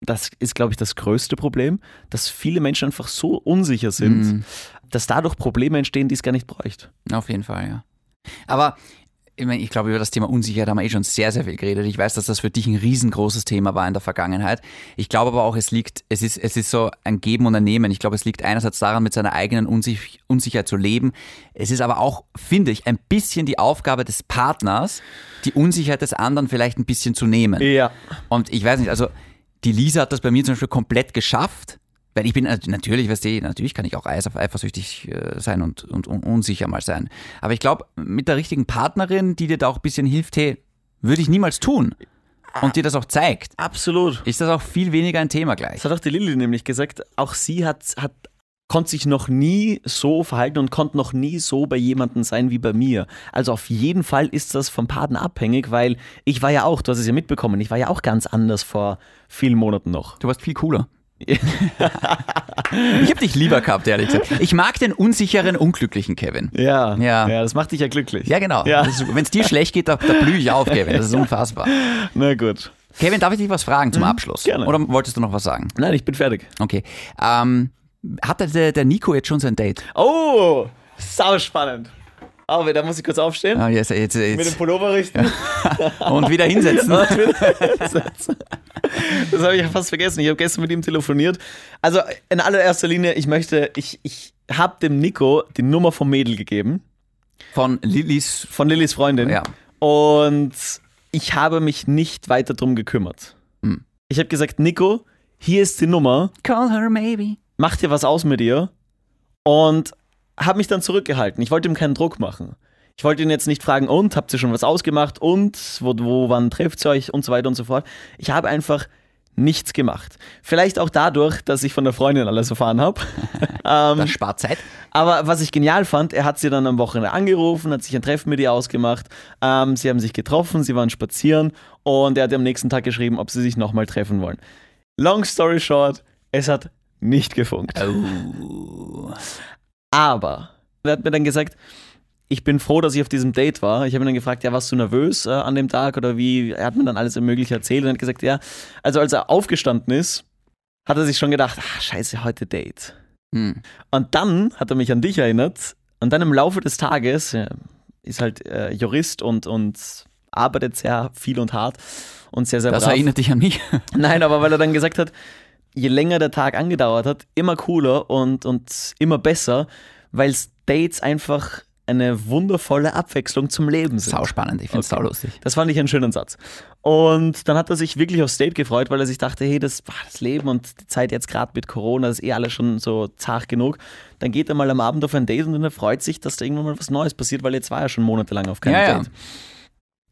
S2: Das ist, glaube ich, das größte Problem, dass viele Menschen einfach so unsicher sind,
S1: Mhm.
S2: dass dadurch Probleme entstehen, die es gar nicht bräuchte.
S1: Auf jeden Fall, ja. Aber ich, meine, ich glaube, über das Thema Unsicherheit haben wir eh schon sehr, sehr viel geredet. Ich weiß, dass das für dich ein riesengroßes Thema war in der Vergangenheit. Ich glaube aber auch, es liegt, es ist, es ist so ein Geben und ein Nehmen. Ich glaube, es liegt einerseits daran, mit seiner eigenen Unsich Unsicherheit zu leben. Es ist aber auch, finde ich, ein bisschen die Aufgabe des Partners, die Unsicherheit des anderen vielleicht ein bisschen zu nehmen.
S2: Ja.
S1: Und ich weiß nicht, also die Lisa hat das bei mir zum Beispiel komplett geschafft. Weil ich bin nat- natürlich, weißt du, natürlich kann ich auch eis- eifersüchtig äh, sein und, und un unsicher mal sein. Aber ich glaube, mit der richtigen Partnerin, die dir da auch ein bisschen hilft, hey, würde ich niemals tun. Und dir das auch zeigt,
S2: Absolut.
S1: ist das auch viel weniger ein Thema gleich.
S2: Das hat auch die Lilly nämlich gesagt, auch sie hat, hat, konnte sich noch nie so verhalten und konnte noch nie so bei jemandem sein wie bei mir. Also auf jeden Fall ist das vom Partner abhängig, weil ich war ja auch, du hast es ja mitbekommen, ich war ja auch ganz anders vor vielen Monaten noch.
S1: Du warst viel cooler. ich habe dich lieber gehabt, ehrlich gesagt. Ich mag den unsicheren, unglücklichen Kevin.
S2: Ja,
S1: Ja.
S2: ja. das macht dich ja glücklich.
S1: Ja, genau.
S2: Ja.
S1: Wenn es dir schlecht geht, da, da blühe ich auf, Kevin. Das ist unfassbar.
S2: Na gut.
S1: Kevin, darf ich dich was fragen zum Abschluss?
S2: Mhm, gerne.
S1: Oder wolltest du noch was sagen?
S2: Nein, ich bin fertig.
S1: Okay. Ähm, hatte der, der Nico jetzt schon sein Date?
S2: Oh, sau spannend. Aber da muss ich kurz aufstehen,
S1: Ah, jetzt, jetzt,
S2: mit dem
S1: jetzt.
S2: Pullover richten.
S1: Und wieder hinsetzen.
S2: Und wieder- das habe ich ja fast vergessen. Ich habe gestern mit ihm telefoniert. Also in allererster Linie, ich möchte, ich, ich habe dem Nico die Nummer vom Mädel gegeben.
S1: Von Lillys.
S2: von Lillys Freundin.
S1: Ja.
S2: Und ich habe mich nicht weiter drum gekümmert.
S1: Hm.
S2: Ich habe gesagt, Nico, hier ist die Nummer,
S1: Call her maybe.
S2: mach dir was aus mit ihr. Und habe mich dann zurückgehalten. Ich wollte ihm keinen Druck machen. Ich wollte ihn jetzt nicht fragen, und habt ihr schon was ausgemacht? Und wo, wo wann trifft ihr euch? Und so weiter und so fort. Ich habe einfach nichts gemacht. Vielleicht auch dadurch, dass ich von der Freundin alles erfahren habe. Ähm,
S1: Das spart Zeit.
S2: Aber was ich genial fand, er hat sie dann am Wochenende angerufen, hat sich ein Treffen mit ihr ausgemacht. Ähm, sie haben sich getroffen, sie waren spazieren und er hat ihr am nächsten Tag geschrieben, ob sie sich nochmal treffen wollen. Long story short, es hat nicht gefunkt. Aber er hat mir dann gesagt, ich bin froh, dass ich auf diesem Date war. Ich habe ihn dann gefragt, ja, warst du nervös äh, an dem Tag oder wie? Er hat mir dann alles Mögliche erzählt und hat gesagt, ja, also als er aufgestanden ist, hat er sich schon gedacht, ah, scheiße, heute Date.
S1: Hm.
S2: Und dann hat er mich an dich erinnert. Und dann im Laufe des Tages, äh, ist halt äh, Jurist und, und arbeitet sehr viel und hart und sehr, sehr
S1: Das
S2: brav.
S1: erinnert dich an mich.
S2: Nein, aber weil er dann gesagt hat, je länger der Tag angedauert hat, immer cooler und, und immer besser, weil Dates einfach eine wundervolle Abwechslung zum Leben sind.
S1: Sau spannend, ich finde es
S2: Okay.
S1: sau lustig.
S2: Das fand ich einen schönen Satz. Und dann hat er sich wirklich aufs Date gefreut, weil er sich dachte, hey, das, boah, das Leben und die Zeit jetzt gerade mit Corona, das ist eh alles schon so zart genug. Dann geht er mal am Abend auf ein Date und dann freut sich, dass da irgendwann mal was Neues passiert, weil jetzt war er schon monatelang auf keinem
S1: Ja, ja.
S2: Date.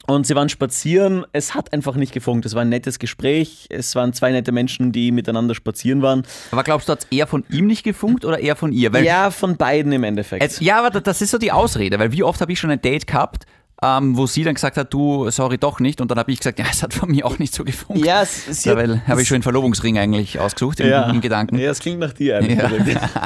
S2: Und sie waren spazieren, es hat einfach nicht gefunkt. Es war ein nettes Gespräch, es waren zwei nette Menschen, die miteinander spazieren waren.
S1: Aber glaubst du, hat es eher von ihm nicht gefunkt oder eher von ihr? Weil
S2: Ja, von beiden im Endeffekt.
S1: Es, ja, aber da- das ist so die Ausrede, weil wie oft habe ich schon ein Date gehabt, ähm, wo sie dann gesagt hat, du, sorry, doch nicht. Und dann habe ich gesagt, ja, es hat von mir auch nicht so gefunkt.
S2: ja, es, es,
S1: Dabei habe ich schon einen Verlobungsring eigentlich ausgesucht, in, in Gedanken.
S2: Ja, es klingt nach dir ehrlich
S1: Ja.
S2: gesagt.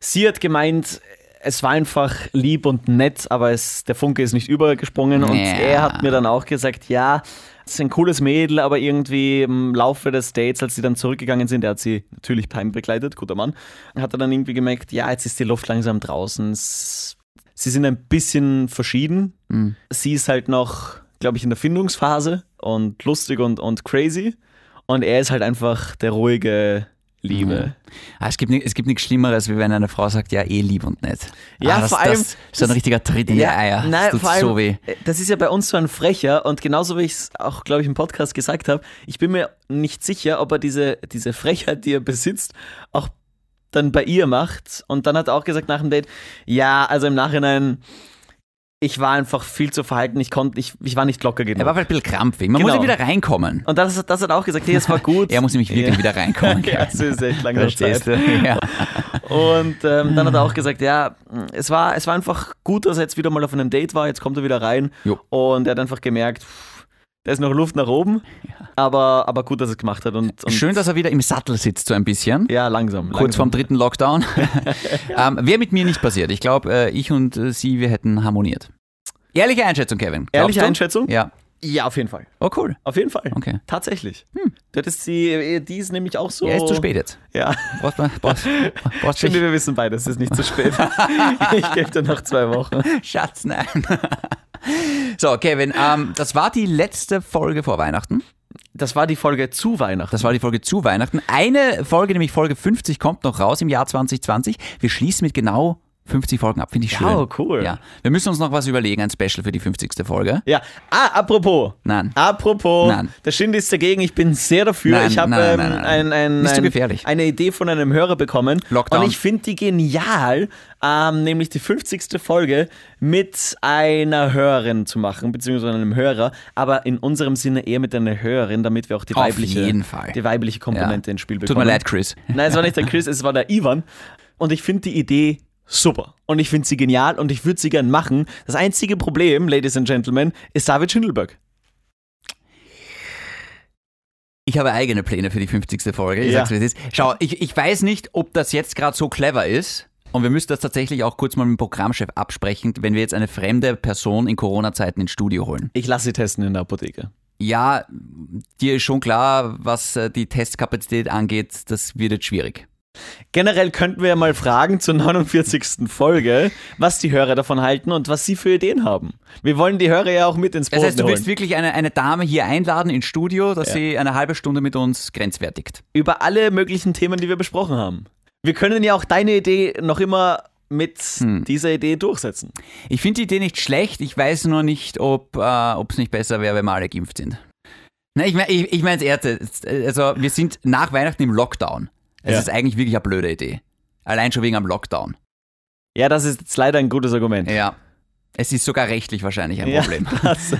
S2: Sie hat gemeint, es war einfach lieb und nett, aber es, der Funke ist nicht übergesprungen. Und
S1: Ja.
S2: er hat mir dann auch gesagt, ja, es ist ein cooles Mädel, aber irgendwie im Laufe des Dates, als sie dann zurückgegangen sind, er hat sie natürlich begleitet, guter Mann, hat er dann irgendwie gemerkt, ja, jetzt ist die Luft langsam draußen. Es, sie sind ein bisschen verschieden. Sie ist halt noch, glaube ich, in der Findungsphase und lustig und, und crazy. Und er ist halt einfach der ruhige Liebe.
S1: Ah, es gibt, ni- es gibt nichts Schlimmeres, wie wenn eine Frau sagt, ja, eh lieb und nett.
S2: Ja,
S1: ah, das,
S2: vor allem-
S1: Das ist so ein
S2: das-
S1: richtiger Tritt in die Eier. das tut so weh.
S2: äh, das ist ja bei uns so ein Frecher und genauso wie ich es auch, glaube ich, im Podcast gesagt habe, ich bin mir nicht sicher, ob er diese, diese Frechheit, die er besitzt, auch dann bei ihr macht. Und dann hat er auch gesagt nach dem Date, ja, also im Nachhinein, ich war einfach viel zu verhalten, ich konnte, ich, ich war nicht locker genug.
S1: Er war vielleicht ein bisschen krampfig. Man
S2: Genau.
S1: muss ja wieder reinkommen.
S2: und das, das hat er auch gesagt, hey, das war gut.
S1: Er muss nämlich wirklich wieder reinkommen.
S2: Ja, das also ist echt lange
S1: Verstehst du? Ja. Hm.
S2: Und ähm, dann hat er auch gesagt, ja, es war, es war einfach gut, dass er jetzt wieder mal auf einem Date war, jetzt kommt er wieder rein.
S1: Jo.
S2: Und er hat einfach gemerkt, pff, da ist noch Luft nach oben, aber, aber gut, dass er es gemacht hat. Und, und
S1: Schön, dass er wieder im Sattel sitzt, so ein bisschen.
S2: ja, langsam.
S1: Kurz vorm
S2: langsam.
S1: dritten Lockdown. ähm, Wäre mit mir nicht passiert. Ich glaube, äh, ich und äh, sie, wir hätten harmoniert. Ehrliche Einschätzung, Kevin. Glaubst
S2: Ehrliche
S1: du?
S2: Einschätzung?
S1: Ja.
S2: Ja, auf jeden Fall.
S1: Oh, cool.
S2: Auf jeden Fall.
S1: Okay.
S2: Tatsächlich. Du hättest sie, äh, die ist nämlich auch so.
S1: Er ist zu spät jetzt.
S2: Ja.
S1: Brauchst du brauchst, brauchst
S2: Schön,
S1: dich.
S2: wir wissen beide, es ist nicht zu spät. ich gebe dir noch zwei Wochen.
S1: Schatz, nein. So, Kevin, ähm, das war die letzte Folge vor Weihnachten.
S2: Das war die Folge zu Weihnachten.
S1: Das war die Folge zu Weihnachten. Eine Folge, nämlich Folge 50, kommt noch raus im Jahr 2020. Wir schließen mit genau 50 Folgen ab. Finde ich schön.
S2: Wow, cool.
S1: Ja. Wir müssen uns noch was überlegen, ein Special für die 50. Folge.
S2: Ja, ah, apropos.
S1: Nein.
S2: Apropos.
S1: Nein.
S2: Der Shindy ist dagegen. Ich bin sehr dafür.
S1: Nein,
S2: ich habe
S1: nein,
S2: ähm,
S1: nein, nein,
S2: ein, ein,
S1: Ist zu
S2: ein,
S1: gefährlich.
S2: eine Idee von einem Hörer bekommen.
S1: Lockdown.
S2: Und ich finde die genial, ähm, nämlich die 50. Folge mit einer Hörerin zu machen, beziehungsweise einem Hörer, aber in unserem Sinne eher mit einer Hörerin, damit wir auch die
S1: Auf
S2: weibliche,
S1: jeden Fall.
S2: Die weibliche Komponente ins Spiel bekommen.
S1: Tut mir leid, Chris.
S2: Nein, es war nicht der Chris, es war der Ivan. Und ich finde die Idee super. Und ich finde sie genial und ich würde sie gern machen. Das einzige Problem, Ladies and Gentlemen, ist David Schindelberg.
S1: Ich habe eigene Pläne für die 50. Folge. Ich
S2: Ja.
S1: sag's, wie es ist. Schau, ich, ich weiß nicht, ob das jetzt gerade so clever ist. Und wir müssen das tatsächlich auch kurz mal mit dem Programmchef absprechen, wenn wir jetzt eine fremde Person in Corona-Zeiten ins Studio holen.
S2: Ich lasse sie testen in der Apotheke.
S1: Ja, dir ist schon klar, was äh, die Testkapazität angeht, das wird jetzt schwierig.
S2: Generell könnten wir ja mal fragen zur 49. Folge, was die Hörer davon halten und was sie für Ideen haben. Wir wollen die Hörer ja auch mit ins Boot
S1: Das heißt, du
S2: holen.
S1: willst wirklich eine, eine Dame hier einladen ins Studio, dass sie eine halbe Stunde mit uns grenzwertigt.
S2: über alle möglichen Themen, die wir besprochen haben. Wir können ja auch deine Idee noch immer mit
S1: Hm.
S2: dieser Idee durchsetzen.
S1: Ich finde die Idee nicht schlecht, ich weiß nur nicht, ob es nicht besser wäre, wenn wir alle geimpft sind. Na, ich meine ich, ich mein's ernst, also wir sind nach Weihnachten im Lockdown. Es
S2: Ja.
S1: ist eigentlich wirklich eine blöde Idee. Allein schon wegen am Lockdown.
S2: Ja, das ist jetzt leider ein gutes Argument.
S1: Ja. Es ist sogar rechtlich wahrscheinlich ein
S2: Ja,
S1: Problem.
S2: das-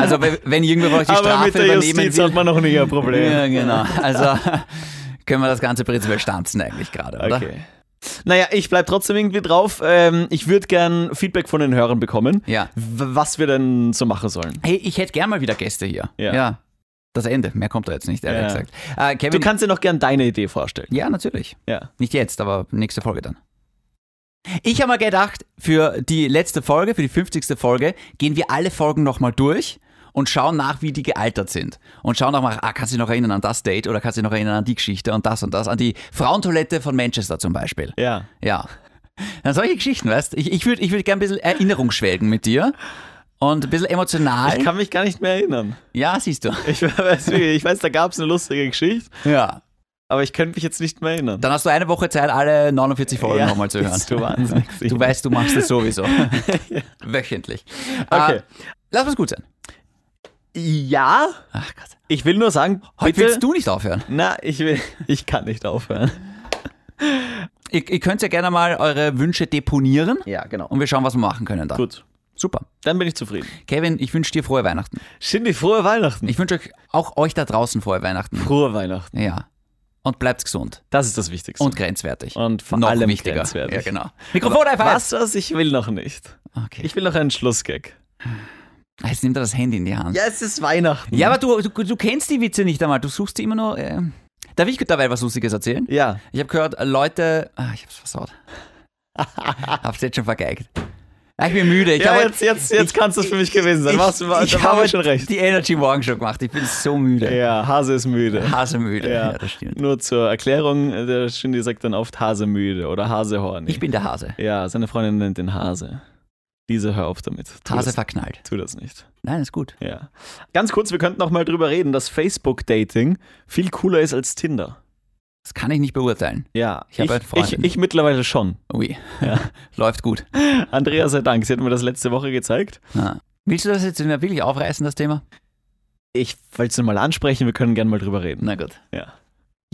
S1: Also wenn wenn irgendwer von euch die
S2: Aber
S1: Strafe
S2: mit der
S1: übernehmen
S2: Justiz
S1: will,
S2: hat man noch nie ein Problem.
S1: Ja, genau. Also können wir das Ganze prinzipiell stanzen eigentlich gerade, oder?
S2: Okay. Naja, ich bleib trotzdem irgendwie drauf. Ähm, ich würde gern Feedback von den Hörern bekommen,
S1: Ja.
S2: w- was wir denn so machen sollen.
S1: Hey, ich hätte gern mal wieder Gäste hier.
S2: Ja.
S1: Das Ende. Mehr kommt da jetzt nicht, ehrlich
S2: Ja.
S1: gesagt. Äh,
S2: Du
S1: Kevin,
S2: kannst dir noch gern deine Idee vorstellen.
S1: ja, natürlich.
S2: Ja.
S1: Nicht jetzt, aber nächste Folge dann. Ich habe mal gedacht, für die letzte Folge, für die 50. Folge, gehen wir alle Folgen nochmal durch und schauen nach, wie die gealtert sind. Und schauen nochmal, ah, kannst du dich noch erinnern an das Date oder kannst du dich noch erinnern an die Geschichte und das und das, an die Frauentoilette von Manchester zum Beispiel.
S2: Ja.
S1: Ja. Dann solche Geschichten, weißt du? Ich, ich würde ich würd gerne ein bisschen Erinnerung schwelgen mit dir und ein bisschen emotional.
S2: Ich kann mich gar nicht mehr erinnern.
S1: ja, siehst du.
S2: Ich weiß, wirklich, ich weiß da gab es eine lustige Geschichte,
S1: Ja.
S2: aber ich könnte mich jetzt nicht mehr erinnern.
S1: Dann hast du eine Woche Zeit, alle 49 Folgen
S2: Ja,
S1: nochmal zu hören.
S2: bist du wahnsinnig sicher.
S1: du weißt, du machst es sowieso. Wöchentlich.
S2: Okay.
S1: Äh, lass uns gut sein.
S2: Ja,
S1: Ach Gott.
S2: ich will nur sagen,
S1: Heute
S2: heute
S1: willst du nicht aufhören.
S2: Na, ich will, ich kann nicht aufhören.
S1: Ihr, ihr könnt ja gerne mal eure Wünsche deponieren
S2: Ja, genau.
S1: und wir schauen, was wir machen können dann.
S2: Gut,
S1: Super.
S2: dann bin ich zufrieden.
S1: Kevin, ich wünsche dir frohe Weihnachten.
S2: Shindy, frohe Weihnachten.
S1: Ich wünsche euch auch euch da draußen frohe Weihnachten.
S2: frohe Weihnachten.
S1: Ja. Und bleibt gesund
S2: Das ist das Wichtigste.
S1: und grenzwertig.
S2: Und vor
S1: Noch
S2: allem
S1: wichtiger.
S2: grenzwertig.
S1: Ja, genau. Mikrofon einfach.
S2: was, was? Ich will noch nicht.
S1: Okay.
S2: Ich will noch einen Schlussgag.
S1: Jetzt nimmt er das Handy in die Hand.
S2: Ja, es ist Weihnachten.
S1: Ja, aber du, du, du kennst die Witze nicht einmal. Du suchst die immer nur. Äh. Darf ich dabei was Lustiges erzählen?
S2: Ja.
S1: Ich habe gehört, Leute. Ah, ich hab's versaut. hab's jetzt schon vergeigt. Ah, ich bin müde. Ich
S2: ja,
S1: habe
S2: jetzt, jetzt, jetzt kannst es für mich gewesen sein. Warst du- war-
S1: ich
S2: da
S1: habe
S2: haben wir schon recht.
S1: die Energy Morgen schon gemacht. Ich bin so müde.
S2: Ja, Hase ist müde.
S1: Hasemüde.
S2: Ja.
S1: ja, das stimmt.
S2: Nur zur Erklärung, äh, der Shindy sagt dann oft Hase müde oder Hase horny.
S1: Ich bin der Hase.
S2: ja, seine Freundin nennt ihn Hase. Diese hör auf damit. Tu
S1: Hase
S2: das,
S1: verknallt.
S2: tu das nicht.
S1: Nein, ist gut.
S2: Ja. Ganz kurz, wir könnten noch mal drüber reden, dass Facebook-Dating viel cooler ist als Tinder.
S1: Das kann ich nicht beurteilen.
S2: Ja,
S1: Ich hab halt einen
S2: ich,
S1: Freund.
S2: ich, ich mittlerweile schon.
S1: Ui. Läuft gut.
S2: Andrea sei Dank, sie hat mir das letzte Woche gezeigt.
S1: Ja. Willst du das jetzt wirklich aufreißen, das Thema?
S2: Ich wollte es nur mal ansprechen, wir können gerne mal drüber reden.
S1: Na gut.
S2: Ja.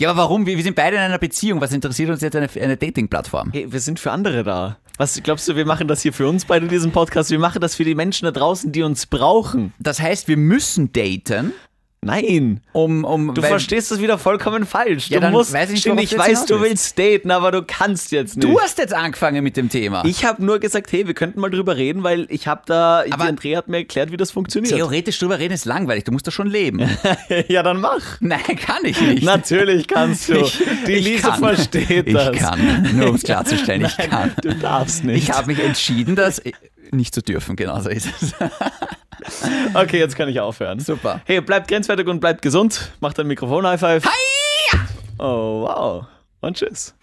S1: Ja, aber warum? Wir, wir sind beide in einer Beziehung. Was interessiert uns jetzt eine, eine Dating-Plattform?
S2: Hey, wir sind für andere da. Was glaubst du, wir machen das hier für uns beide, diesen Podcast? Wir machen das für die Menschen da draußen, die uns brauchen.
S1: Das heißt, wir müssen daten,
S2: Nein,
S1: um. um
S2: du
S1: weil-
S2: verstehst das wieder vollkommen falsch.
S1: Ja,
S2: du
S1: dann
S2: musst,
S1: weiß ich nicht,
S2: Stimmt,
S1: worauf
S2: ich
S1: du jetzt
S2: weiß, du
S1: hinaus
S2: willst daten, aber du kannst jetzt nicht.
S1: Du hast jetzt angefangen mit dem Thema.
S2: ich habe nur gesagt, hey, wir könnten mal drüber reden, weil ich habe da, die
S1: Aber-
S2: Andrea hat mir erklärt, wie das funktioniert.
S1: Theoretisch drüber reden ist langweilig. Du musst doch schon leben.
S2: ja, dann mach.
S1: Nein, kann ich nicht.
S2: Natürlich kannst du. die
S1: ich
S2: Lisa
S1: kann.
S2: versteht
S1: ich
S2: das.
S1: kann. Nur um es klarzustellen, ich kann.
S2: Du darfst nicht.
S1: Ich habe mich entschieden, das nicht zu dürfen. Genau so ist es.
S2: Okay, jetzt kann ich aufhören.
S1: Super.
S2: Hey, bleibt grenzwertig und bleibt gesund. Macht ein Mikrofon-High-Five. Oh, wow. Und tschüss.